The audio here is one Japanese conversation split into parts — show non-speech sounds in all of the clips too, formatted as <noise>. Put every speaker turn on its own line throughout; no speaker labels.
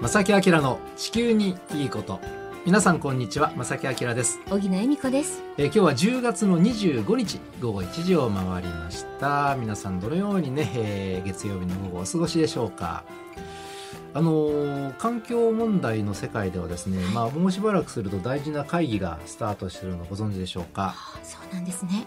正木明の地球にいいこと皆さんこんにちは正木明です、
小木恵美子です。
えー今日は10月の25日午後1時を回りました皆さんどのようにね、えー月曜日の午後お過ごしでしょうかあのー環境問題の世界ではですね、まあ、もうしばらくすると大事な会議がスタートしているのご存知でしょうか
あ、そうなんですね。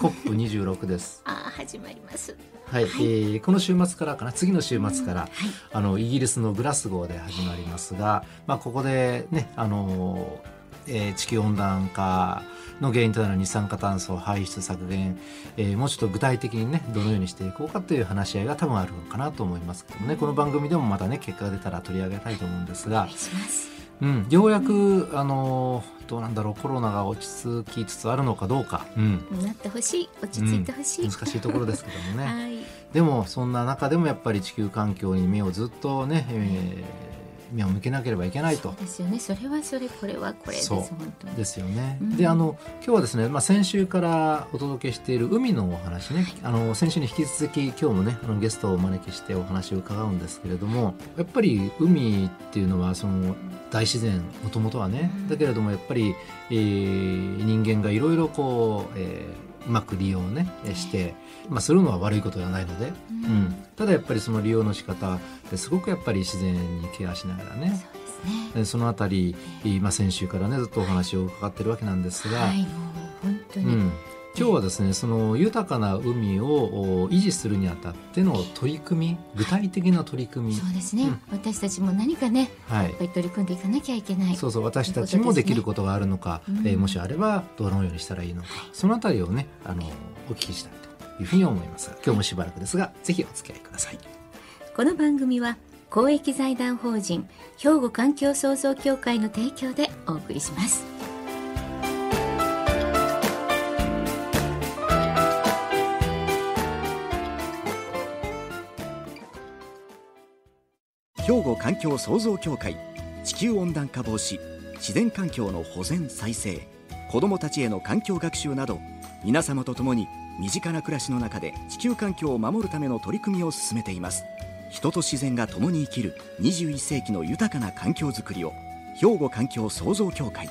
COP26 です、
あ、始まります。
はい
はい
えーこの週末からかな次の週末から
はい。
あのイギリスのグラスゴーで始まりますが、まあ、ここでね、あのえー地球温暖化の原因となる二酸化炭素排出削減、えーもうちょっと具体的にねどのようにしていこうかという話し合いが多分あるのかなと思いますけどもねこの番組でもまたね結果が出たら取り上げたいと思うんです
お
が
願い、します。
うん、ようやく、あのどうなんだろうコロナが落ち着きつつあるのかどうか、うん、
なってほしい。落ち着いてほしい。
難しいところですけども
<laughs>
ね。
はい。
でもそんな中でもやっぱり地球環境に目をずっとね、えー目を向けなければいけない
そ
と
う。ですよね。それはそれ、これはこれです。
そう
本当に。
ですよね、
うん
であの今日はですね、まあ、先週からお届けしている海のお話ね、あの先週に引き続き今日もねあのゲストをお招きしてお話を伺うんですけれどもやっぱり海っていうのはその大自然もともとはね、
うん
だけれどもやっぱり、えー人間がいろいろこう、えーうまく利用ねして、まあ、するのは悪いことではないので、
う
う。ん、ただやっぱりその利用の仕方ですごくやっぱり自然にケアしながらね
そうですね。
えそのあたり、まあ、先週からねずっとお話を伺ってるわけなんですが、
はい、もう本当
う
に。
ん、今日はですねその豊かな海をお維持するにあたっての取り組み具体的な取り組み、
そうですね、
うん
私たちも何かね、
は
や
い
っぱ、り取り組んでいかなきゃいけない。
そうそう私たちもできることがあるのか、
ということです
え
ね
ー
うん
もしあればどのようにしたらいいのか、そのあたりをねあのお聞きしたいというふうに思いますが今日もしばらくですがぜひお付き合いください。
この番組は公益財団法人兵庫環境創造協会の提供でお送りします
兵庫環境創造協会地球温暖化防止自然環境の保全再生子どもたちへの環境学習など皆様と共に身近な暮らしの中で地球環境を守るための取り組みを進めています人と自然が共に生きる21世紀の豊かな環境づくりを兵庫環境創造協会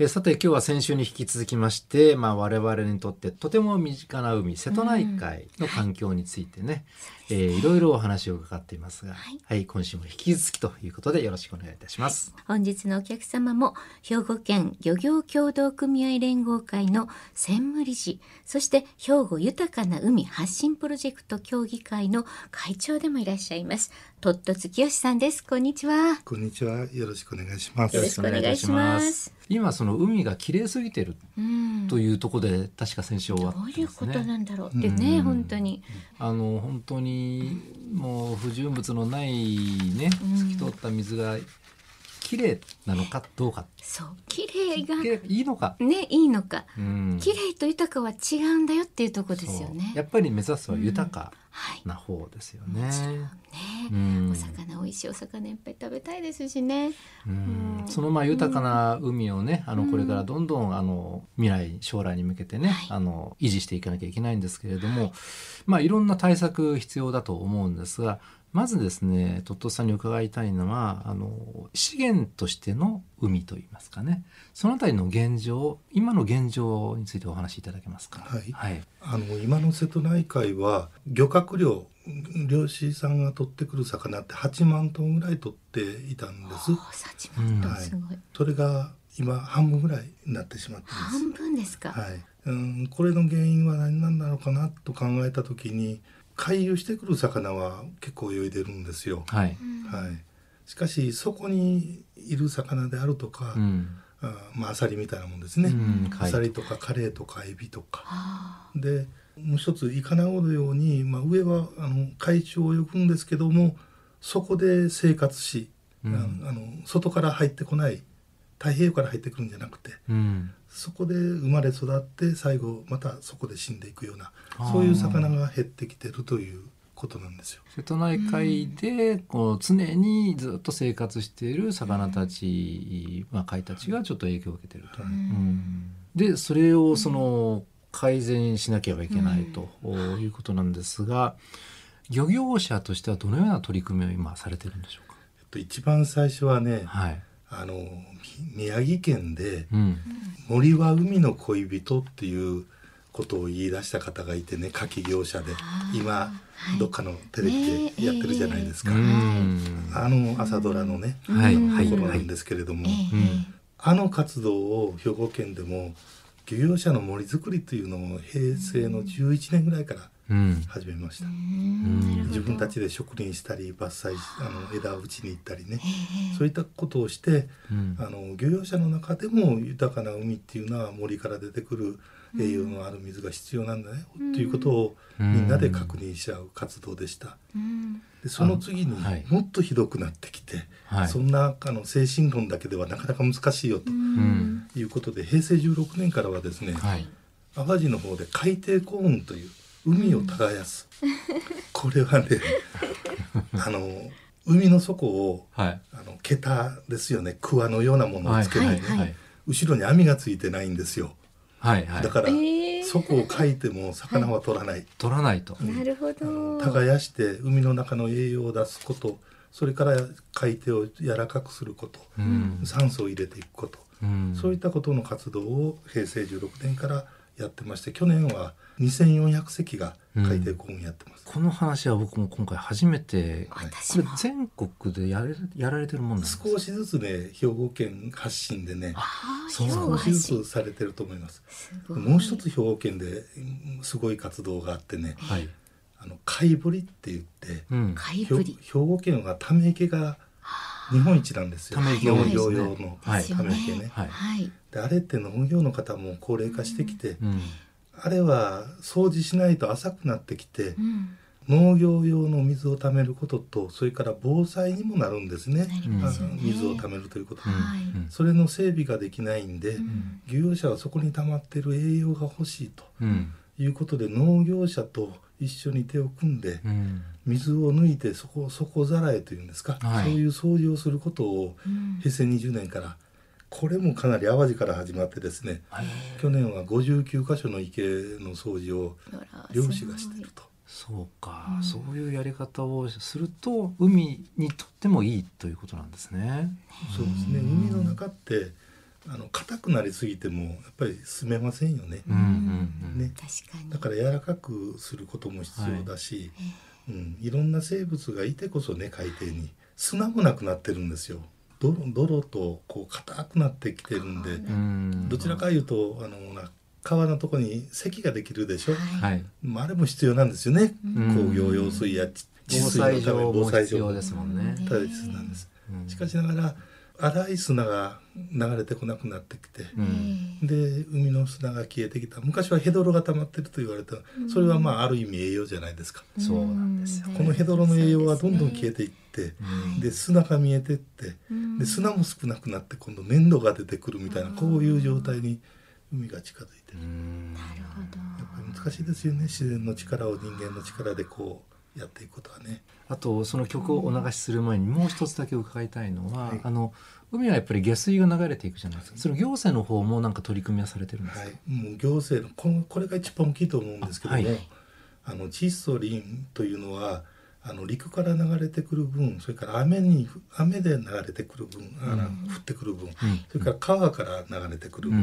えーさて今日は先週に引き続きまして、まあ、我々にとってとても身近な海瀬戸内海の環境についてね、いえーいろいろお話を伺っていますが、は
はいい
今週も引き続きということでよろしくお願いいたします。
本日のお客様も兵庫県漁業協同組合連合会の専務理事そして兵庫豊かな海発信プロジェクト協議会の会長でもいらっしゃいますとっとつきよしさんですこんにちは
こんにちは。よろしくお願いします。
よろしくお願いします
今その海が綺麗すぎてる
うん
と
ど
いうところで確か先週終わって
う
ます
い
ね。
うことなんだろうってね、
うん
本当に
あの本当にもう不純物のないね
うん
透き通った水が綺麗なのかどうか、
そう綺麗が
綺麗いいのか、
ねいいのか
うん、
綺麗と豊かは違うんだよっていうところですよ
そ
ね
うやっぱり目指すは豊か
はい
な方ですよ
も
ね。
ちろんね、
うん
お魚美味しいお魚いっぱい食べたいですしね
うん
うん
そのまあ豊かな海をね、あの
うん
これからどんどんあの未来将来に向けてね、
はい
あの維持していかなきゃいけないんですけれども、い、まあいろんな対策必要だと思うんですがまずですねとっとさんに伺いたいのはあの資源としての海といいますかねそのあたりの現状今の現状についてお話しいただけますか。
はい
はい
あの今の瀬戸内海は漁獲量漁師さんが取ってくる魚って8万トンぐらい取っていたんです
お。ーサチモン
うん
とすごい、
それが今半分ぐらいになってしまってます。
半分ですか、
はい。うん、これの原因は何なんだろうかなと考えた時に回遊してくる魚は結構泳いでるんですよ。
はい
うん
はい。しかしそこにいる魚であるとか、
うん
あまあアサリみたいなもんですね。
うん
アサリとかカレイとかエビとか。
あ
でもう一つイカナゴのように、まあ、上はあの海中を泳ぐんですけどもそこで生活し、
うん
ああの外から入ってこない太平洋から入ってくるんじゃなくて
うん
そこで生まれ育って最後またそこで死んでいくような
あー
そういう魚が減ってきてるということなんですよ。
瀬戸内海でこう常にずっと生活している魚たち、まあ、貝たちがちょっと影響を受けていると。
は
ー
う
う
い
んでそれをその改善しなければいけないということなんですが漁業者としてはどのような取り組みを今されてるんでしょうか。
えっと一番最初はね
はい。
あのみ宮城県で
うん。
「森は海の恋人」っていうことを言い出した方がいてね夏季業者で
あー
今
はい
どっかのテレビ
ねえ
でやってるじゃないです
う
か、
ん。
あの朝ドラのね、
はい。
うん
はい。
ところ
は
なん
い。
ですけれども、
ええ
うん
あの活動を兵庫県でも漁業者の森づくりというのを平成の11年ぐらいから
うん。
始めました、
うーんなるほど
自分たちで植林したり伐採しあの枝を打ちに行ったりね、そういったことをして
うん。
あの漁業者の中でも豊かな海っていうのは森から出てくる栄養のある水が必要なんだよっていうことをみ
うん
んなで確認し合う活動でした。
うん
でその次に
あはい
もっとひどくなってきて、
はい
そんなあの精神論だけではなかなか難しいよと
うん。
いうことで、平成16年からはですね、
はい。
淡路の方で海底コーンという海を耕す、これはねあの海の底を
はい。
あの桁ですよね桑のようなものを
はい。
つけ
は。
ないい、
は
ね
い。はい。
後ろに網がついてないんですよ、
はい。はい
だ。から、
ええ
そこを書いても魚は取らない、
取らないと。
なるほ
あの
ど。
耕して海の中の栄養を出すことそれから海底を柔らかくすること、
うん。
酸素を入れていくこと、
うん。
そういったことの活動を平成16年からやってまして去年は2400隻が海底公園やってます、
この話は僕も今回初めて。こ
私
れ
も。
全国でやれやられてるもんなんですか。
少しずつね兵庫県発信でね
ああ、
そう
兵
な
庫
少し
発
ず
信。
つされてると思います
すごい
もう一つ兵庫県でうんすごい活動があってね
はい。
あの貝掘りって言って
うん。
買い
兵
ぶり。
兵庫県はため池が日本一なんですよ
ため池
農
多いですね
業用の
はい
ですよ
ため池ね
ね。
はい
はい。
であれって農業の方も高齢化してきて
うん。
あれは掃除しないと浅くなってきて
うん。
農業用の水を貯めることとそれから防災にもなるんですね
なりますよね
あの水を貯めるということ、
うん
はい
うん
それの整備ができないんで、
うん
漁業者はそこに溜まってる栄養が欲しいと
うん。
いうことで農業者と一緒に手を組んで
うん。
水を抜いてそこそこざらえというんですか、
はい
そういう掃除をすることを
うん
平成20年からこれもかなり淡路から始まってですね
はい
去年は59箇所の池の掃除を
あら
漁師がしてると。
そうか、
うん
そういうやり方をすると海にとってもいいということなんですね。
そうですね
うん
海の中ってあの硬くなりすぎてもやっぱり進めませんよね、
うんうんうん。
ね
すごい確か
だから柔らかくすることも必要だし、いうん、いろんな生物がいてこそね海底に砂もなくなってるんですよ泥泥とこう硬くなってきてるんで
うん。
どちら。かいうとあのほら川のとこに堰ができるでしょ、
に。はい。
はい。
まあ、あれも必要なんですよね、
ん
工業用水や
防
治水の
災
ため
上
防
も
災
必
上
要
も
ですもんね。
大切なんです
うん
しかしながら粗い砂が流れてこなくなってきて、
うん。
で海の砂が消えてきた昔はヘドロが溜まってると言われたそれはまあある意味栄養じゃないですか、
そうなんですよ
このヘドロの栄養はどんどん消え
て、
ていって
はい
で砂が見えてって
うん
で砂も少なくなって今度粘土が出てくるみたいなこういう状態に海が近づいてる
うん
なるほど。
やっぱり難しいですよね自然の力を人間の力でこうやっていくことはね
あとその曲をお流しする前にもう一つだけ伺いたいのは、
はい
あの海はやっぱり下水が流れていくじゃないですか。それ行政の方もなんか取り組みはされてるんです
は
か。
い、もう行政のこのこれが一番大きいと思うんですけども、
あはい
あの窒素リンというのはあの陸から流れてくる分それから雨に雨で流れてくる分、あら降ってくる
う
分、
ん
それから川から流れてくる分、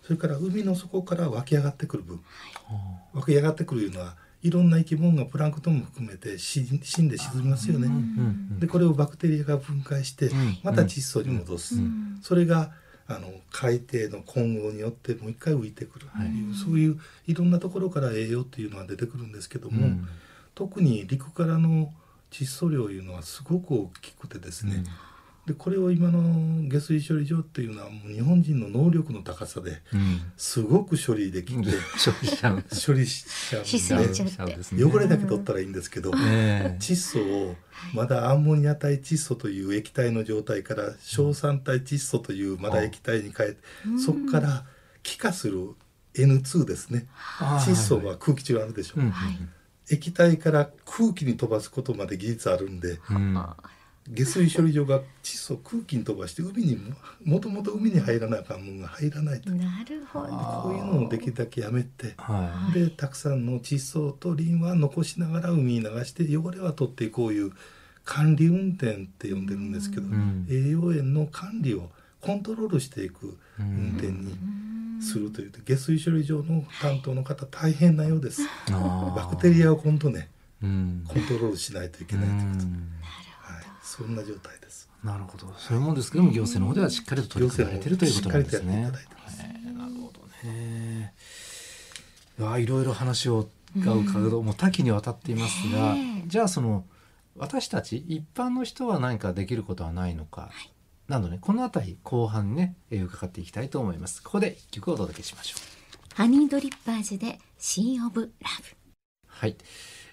う
それから海の底から湧き上がってくる分、
は
湧き上がってくるいうのはいろんな生き物がプランクトンも含めて死ん死んで沈みますよね。
あうん
でこれをバクテリアが分解して、
ん
また窒素に戻す、それがあの海底の混合によってもう一回浮いてくるという、そういういろんなところから栄養というのは出てくるんですけど
うん
も、特に陸からの窒素量いうのはすごく大きくてですね、でこれを今の下水処理場っていうのはもう日本人の能力の高さで
うん
すごく処理でき
うん。
て、
消費者の
処理しちゃ
しすぎ
うん
ちゃ
で
う
です
汚れだけ取ったらいいんですけど、
ええ
窒素をまだアンモニア体窒素という液体の状態から硝酸体窒素というまだ液体に変えて、そこから気化する N2 ですね窒素は空気中あるでしょ、
うん
はい
液体から空気に飛ばすことまで技術あるんで
うん
下水処理場が窒素を空気に飛ばして海にももともと海に入らなあかんもんが入らないと
なるほど。
こういうのをできるだけやめて
は
でたくさんの窒素とリンは残しながら海に流して汚れは取っていこういう管理運転って呼んでるんですけど、
ん
栄養塩の管理をコントロールしていく運転にするという下水処理場の担当の方大変なようです。バクテリ
ア、
アを今度ね
うん
コントロールしないといけないということ、
うん
はい、そんな状態です。
なるほどそういうもんですけども行政の方ではしっかりと取り組まれてるということなんですね
行政もしっかりとやっていただいてます
えーなるほどねいやいろいろ話をが伺うと、もう多岐にわたっていますが、
ねえ
じゃあその私たち一般の人は何かできることはないのか、などねこのあたり後半にねえー伺っていきたいと思いますここで一曲をお届けしましょう
ハニードリッパーズでシーンオブラブ。
はい、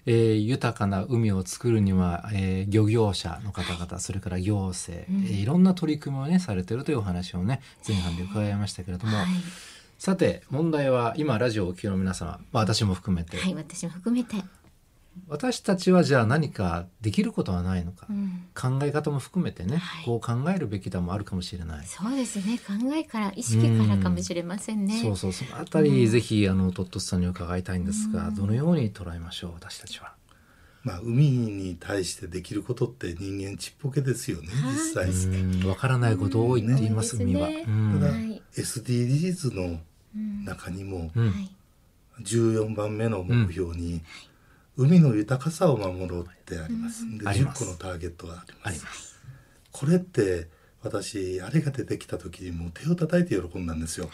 えー豊かな海を作るには、えー漁業者の方々それから行政、えーいろんな取り組みをねされてるというお話をね前半で伺いましたけれども、
はい、
さて問題は今ラジオをお聞きの皆様、まあ、私も含めて、
はい、私も含めて。
私たちはじゃあ何かできることはないのか、
うん、
考え方も含めてね、
はい
こう考えるべきだもあるかもしれない。
そうですね。考えから意識からかもしれませんね。
そうそうそのあたり、ぜひあのトットスさんに伺いたいんですが、どのように捉えましょう私たちは。
まあ海に対してできることって人間ちっぽけですよね
はい
実際。
うんわからないこと多いって言います、
うん
身は。
ね
うん
ただ
はい
SDGs の
うん
中にも
うん
はい。
14番目の目標に海の豊かさを守ろうってありますんで
あり
10
ます
個のターゲットがあり
あ
ま
り
す。
ます。
これって私あれが出てきた時にもう手を叩いて喜んだんですよ。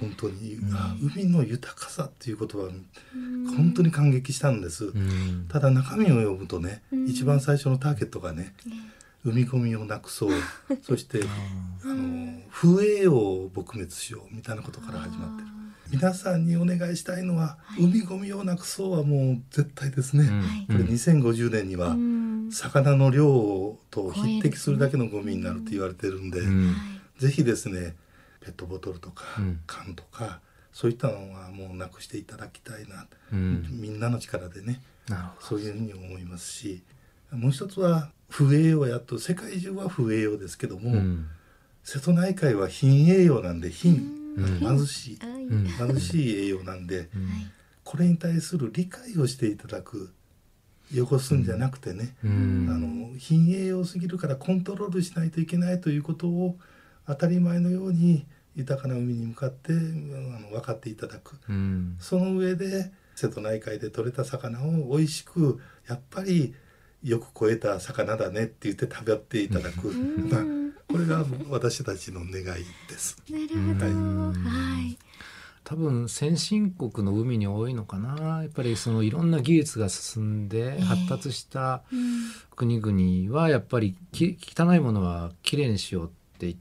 本当に、あ海の豊かさっていう言葉本当に感激したんです。
うん
ただ中身を読むとね、一番最初のターゲットがね、産み込みをなく <laughs> そうそしてあの風栄養を撲滅しようみたいなことから始まってる皆さんにお願いしたいのは、海ゴミをなくそうはもう絶対ですね、
うん
はい
これ2050年には、
うん
魚の量と匹敵するだけのゴミになるって言われてるんで、
うん
ぜひですねペットボトルとか
うん
缶とか、そういったのはもうなくしていただきたいな、
うん
みんなの力でね
なるほ
そういうふうに思いますしもう一つは不栄養やっと世界中は不栄養ですけども、
ど。うん
瀬戸内海は貧栄養なんで貧、
うん
貧しい
はい
うん
貧しい栄養なんで、これに対する理解をしていただく汚すんじゃなくてね、
うん
あの貧栄養すぎるからコントロールしないといけないということを当たり前のように豊かな海に向かってうんあの分かっていただく。
うん
その上で瀬戸内海で獲れた魚を美味しくやっぱりよく超えた魚だねって言って食べていただく、まあこれが私たちの願いです。
なるほど。はい。
多分先進国の海に多いのかなやっぱりそのいろんな技術が進んで発達した国々はやっぱりき汚いものはきれいにしようって、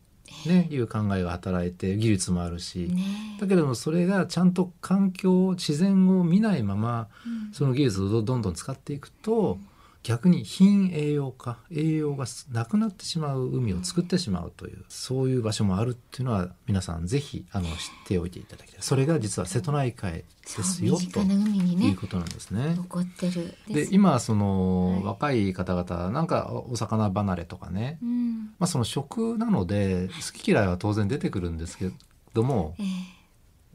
ね、いう考えが働いて技術もあるし、
ね
だけれどもそれがちゃんと環境自然を見ないままその技術をどどんどん使っていくと逆に貧栄養化栄養がなくなってしまう海を作ってしまうというそういう場所もあるっていうのは皆さんぜひあの知っておいていただきたいそれが実は瀬戸内海で
そう
す
身
よと
近な海に
いう
ね
ことなんですね。
残ってる。
です今その、
はい
若い方々なんかお魚離れとかね、
うん。
まあ、その食なので好き嫌いは当然出てくるんですけども
え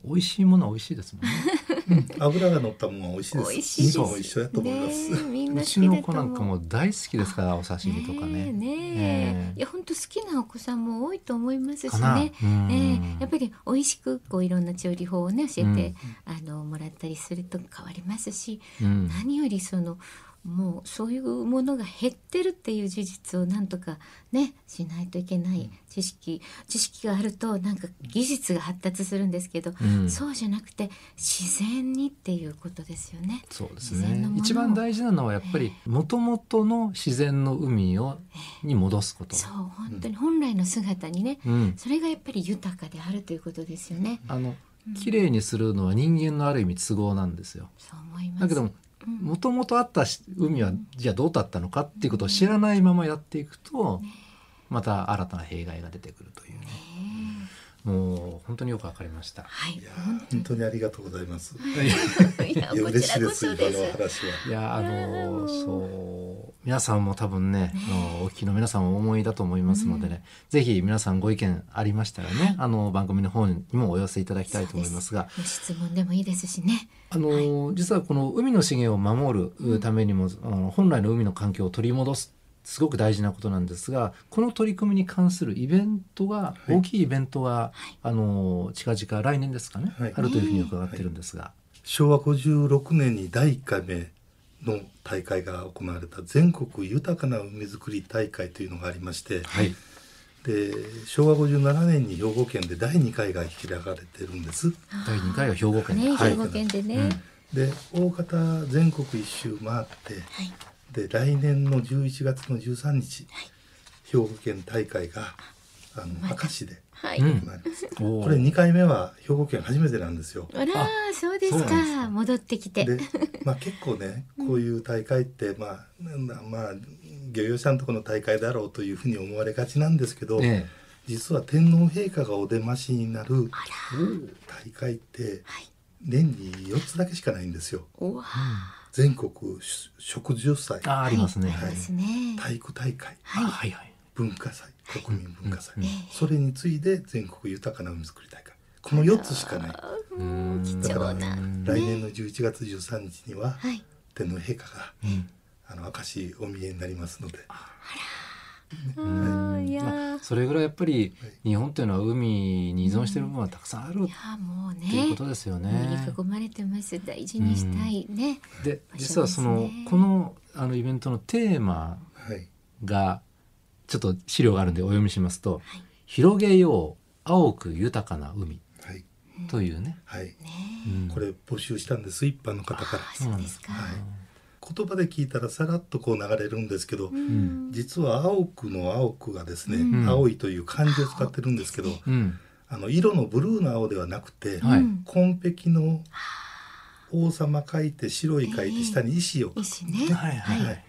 美味しいものは美味しいですもんね。
油が乗ったものは美味し
え
いで
美
す。
味しいです。
肉も一緒だと思います。
ねえみん
う
な好
ち
き
の
だと
子なんか
思
も
う。
う大好きですからお刺身とかね。
えねえ
え
いや本当好きなお子さんも多いと思いますし
かな
ね。
うん
ええやっぱり美味しくこういろんな調理法をね教えて、あのもらったりすると変わりますし、
うん
何よりそのもうそういうものが減ってるっていう事実をなんとかねしないといけない知識、知識があるとなんか技術が発達するんですけど、
うん
そうじゃなくて自然にっていうことですよね。
そうです
自然の
ね
ものを
一番大事なのはやっぱり元々の自然の海をに戻すこと、
そう本当に本来の姿にね、
うん、
それがやっぱり豊かであるということですよね。
あの綺麗にするのは人間のある意味都合なんですよ。
そう思います。
だけども元々あったし海はじゃあどうだったのかっていうことを知らないままやっていくとまた新たな弊害が出てくるというねもう本当によくわかりました。
はい
いやー本当にありがとうございます。い
<laughs> いや
や
こ
嬉
ち
し
ら
いで
こ
す
そ
今
で
のお
す。
話は。
いやあ
あーも
の
う
そう皆さんも多分ね、あのお聞きの皆さんもお思いだと思いますのでね、ぜひ皆さんご意見ありましたらね、あの番組の方にもお寄せいただきたいと思いますが
そうです質問でもいいですしね。
あのー実はこの海の資源を守るためにも、あの本来の海の環境を取り戻すすごく大事なことなんですがこの取り組みに関するイベントが、
い
大きいイベントが、あのー近々来年ですかね、
はい
あるというふうに伺ってるんですが、
昭和56年に第1回目の大会が行われた全国豊かな海づくり大会というのがありまして、
はい
で昭和57年に兵庫県で第2回が開かれてるんです。
第2回は兵庫県で、
ね、
はい
兵庫県でね。
うん
で大方全国一周回って、
はい。
で来年の11月の13日、兵庫県大会があの明石で
はい。
うん
行われます、
おー
これ2回目は兵庫県初めてなんですよ。
あら
あ
そうです
そう
か
なんですね
戻ってきて。
で、まあ、結構
<laughs>
ねこういう大会って、まあなんだまあ漁業者のとこの大会だろうというふうに思われがちなんですけど、
え
実は天皇陛下がお出ましになる大会って
はい。
年に4つだけしかないんですよ。
おわ。
全国し植樹祭
えあーありますね。
はいありますね。
体育大会
あはいはい
文化祭国民文化祭、
うん
それに次いで全国豊かな海づくり大会この4つしかない
あーもう貴
だから
重な。
来年の11月13日には
はい。
天皇陛下が
うん
あの明石お見えになりますので
あーいやー。
まあ
い
それぐらいやっぱり
はい
日本というのは海に依存している部分はたくさんある
やーもうね。
ということですよね。
海に囲まれてます。大事にしたいね。
で
場所
実はそ
で
の
すね
このあのイベントのテーマ
はい
がちょっと資料があるんでお読みしますと「広げよう青く豊かな海
はい、」
というね、
はい、
うん
これ募集したんです一般の方から
あーそうですか。
はい、言葉で聞いたらさらっとこう流れるんですけど、
うん。
実は青くの青くがですね、
うん
青いという漢字を使ってるんですけど、
うん
あの色のブルーの青ではなくて、
はい
うん
紺碧の王様書いて白い書い
ええ
て下に石を書く、
石ね。
はいはい
はい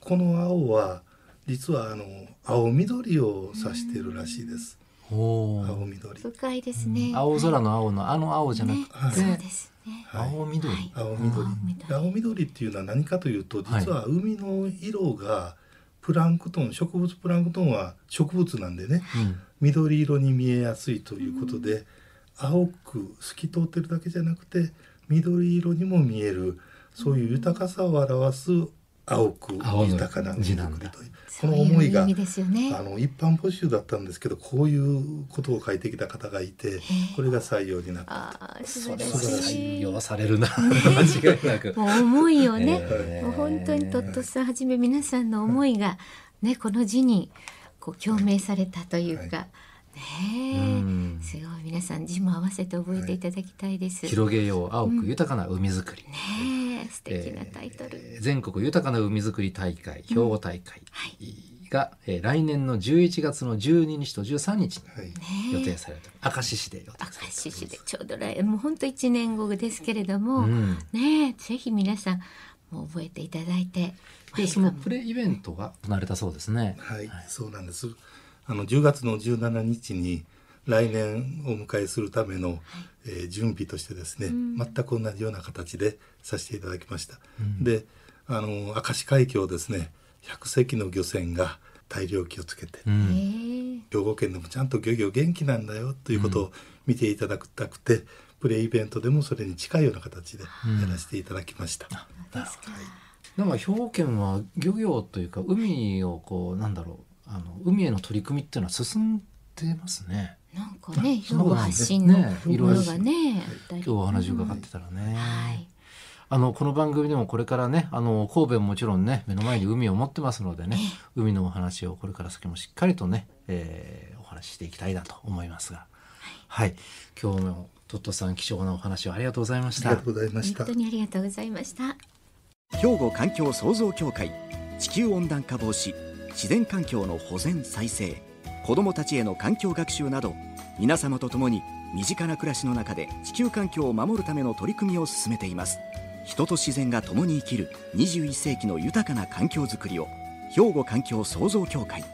この青は実はあの青緑を指しているらしいです、
お
青
ー
緑
深いですね。
青空の青のあの青じゃな
ね
く、
はい
そ
て
うですね。
はい
青緑
はい
青緑
青緑
青緑っていうのは何かというと
はい
実は海の色がプランクトン植物プランクトンは植物なんでね
うん
緑色に見えやすいということで、青く透き通ってるだけじゃなくて緑色にも見えるそういう豊かさを表す青く
青の
豊かな
字なんだ
というこ
そう
の
いう
思い
意
が
味ですよね。
あの一般募集だったんですけどこういうことを書いてきた方がいてこれが採用になった。
ああ、素晴ら
それは
し
採
い。も
用されるな <laughs> 間違いなく。
う思いをね、
えー
もう本当にとっとさんはじめ皆さんの思いがね、この字にこう共鳴されたというか、
う
ね
ん
え、すごい皆さん字も合わせて覚えていただきたいです。ね
広げよう青く豊かな海づくり、
え、素敵なタイトル。
えー全国豊かな海づくり大会兵庫大会が、えー来年の11月の12日と13日に
はい
予定されてる、明石市で予定さ
赤石市でちょうど来もう本当1年後ですけれども、
うん
ねえぜひ皆さんもう覚えていただいて
れてでその
まあ
プレイベントが行われたそうですね。
はい、そうなんです。あの10月の17日に来年お迎えするための、えー準備としてですね、全く同じような形でさせていただきました。で、あの明石海峡をですね、100隻の漁船が大漁旗をつけて、
う
え
ん
え
兵庫県でもちゃんと漁業元気なんだよということを見ていただきたくて、プレイベントでもそれに近いような形でやらせていただきました。
ですか。
なんか兵庫県は漁業というか海をこうなんだろうあの海への取り組みっていうのは進んでますね。
なんかね、
そ
兵
んなこ
庫
とない
発信の
ね
ところがね、
今日お話を伺ってたらね。
はい
あのこの番組でもこれからねあの神戸ももちろんね目の前に海を持ってますのでね海のお話をこれから先もしっかりとね、えーお話ししていきたいなと思いますがはい今日もトットさん貴重なお話をありがとうございまし
ありが
た
とうございまし
本
た
当。にありがとうございました。
兵庫環境創造協会地球温暖化防止自然環境の保全再生子どもたちへの環境学習など皆様と共に身近な暮らしの中で地球環境を守るための取り組みを進めています人と自然が共に生きる21世紀の豊かな環境づくりを兵庫環境創造協会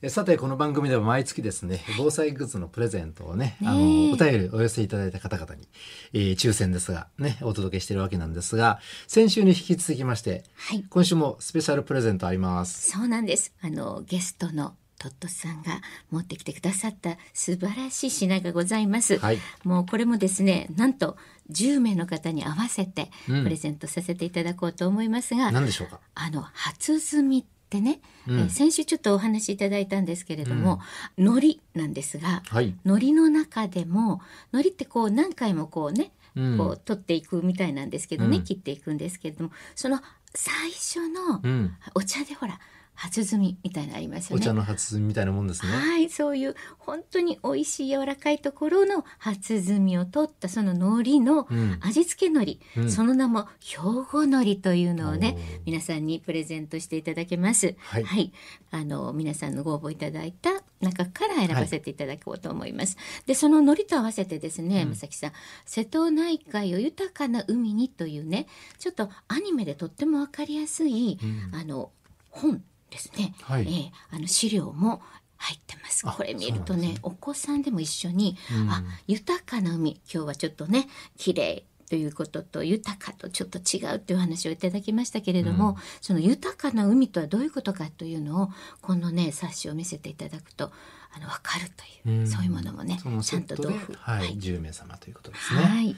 えさてこの番組では毎月ですね防災グッズのプレゼントをね
ねえ
あのお便りお寄せいただいた方々に、えー抽選ですがねお届けしているわけなんですが先週に引き続きまして
はい
今週もスペシャルプレゼントあります。
そうなんです。あのゲストのトットさんが持ってきてくださった素晴らしい品がございます。
はい
もうこれもですね、なんと10名の方に合わせて
うん
プレゼントさせていただこうと思いますが、
何でしょうか
あの初摘みってね、
うん
えー先週ちょっとお話しいただいたんですけれども、海苔なんですが、
はい、
海苔の中でも海苔ってこう何回もこうね、
うん
こう取っていくみたいなんですけどね、
うん
切っていくんですけれども、その最初の
うん、
お茶でほら初摘みみたいなのありますよ
お
ね。
茶の初摘みみたいなもんですね。
はいそういう本当に美味しい柔らかいところの初摘みを取ったその海苔の
うん
味付け海苔、
うん
その名も兵庫海苔というのをね
おー
皆さんにプレゼントしていただけます。
はい
あの皆さんのご応募いただいた中から選ばせていただこうと思います。でその海苔と合わせてですね、まさきさん瀬戸内海を豊かな海にというねちょっとアニメでとってもわかりやすい、あの本ですね。
はい
ええあの資料も入ってます。
あ
これ見ると
そうなんです
ね
ね
お子さんでも一緒に、あ豊かな海今日はちょっとね綺麗ということと豊かとちょっと違うというお話をいただきましたけれども、その豊かな海とはどういうことかというのをこのね冊子を見せていただくとあの分かるという、
ん
そういうものもね
その
ち
セ
ゃ
ッ
んと
トで
同封
はい、
はい
10名様ということですね。
は
はい、
い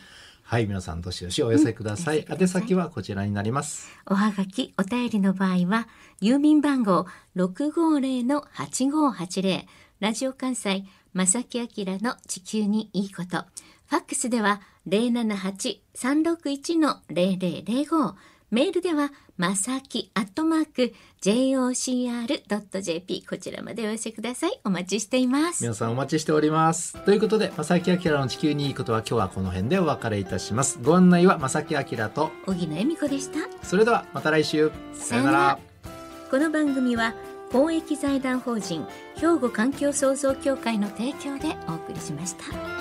皆さんどしどしお寄せください。
うん
宛先はこちらになります。
おはがき、お便りの場合は、郵便番号650-8580、ラジオ関西、正木明の地球にいいこと。ファックスでは、078-361-0005、メールでは、まさきアットマーク、jocr.jp、こちらまでお寄せください。お待ちしています。
皆さんお待ちしております。ということで、正木明の地球にいいことは今日はこの辺でお別れいたします。ご案内は正木明と、
小木野恵美子でした。
それではまた来週。
さよなら。この番組は公益財団法人兵庫環境創造協会の提供でお送りしました。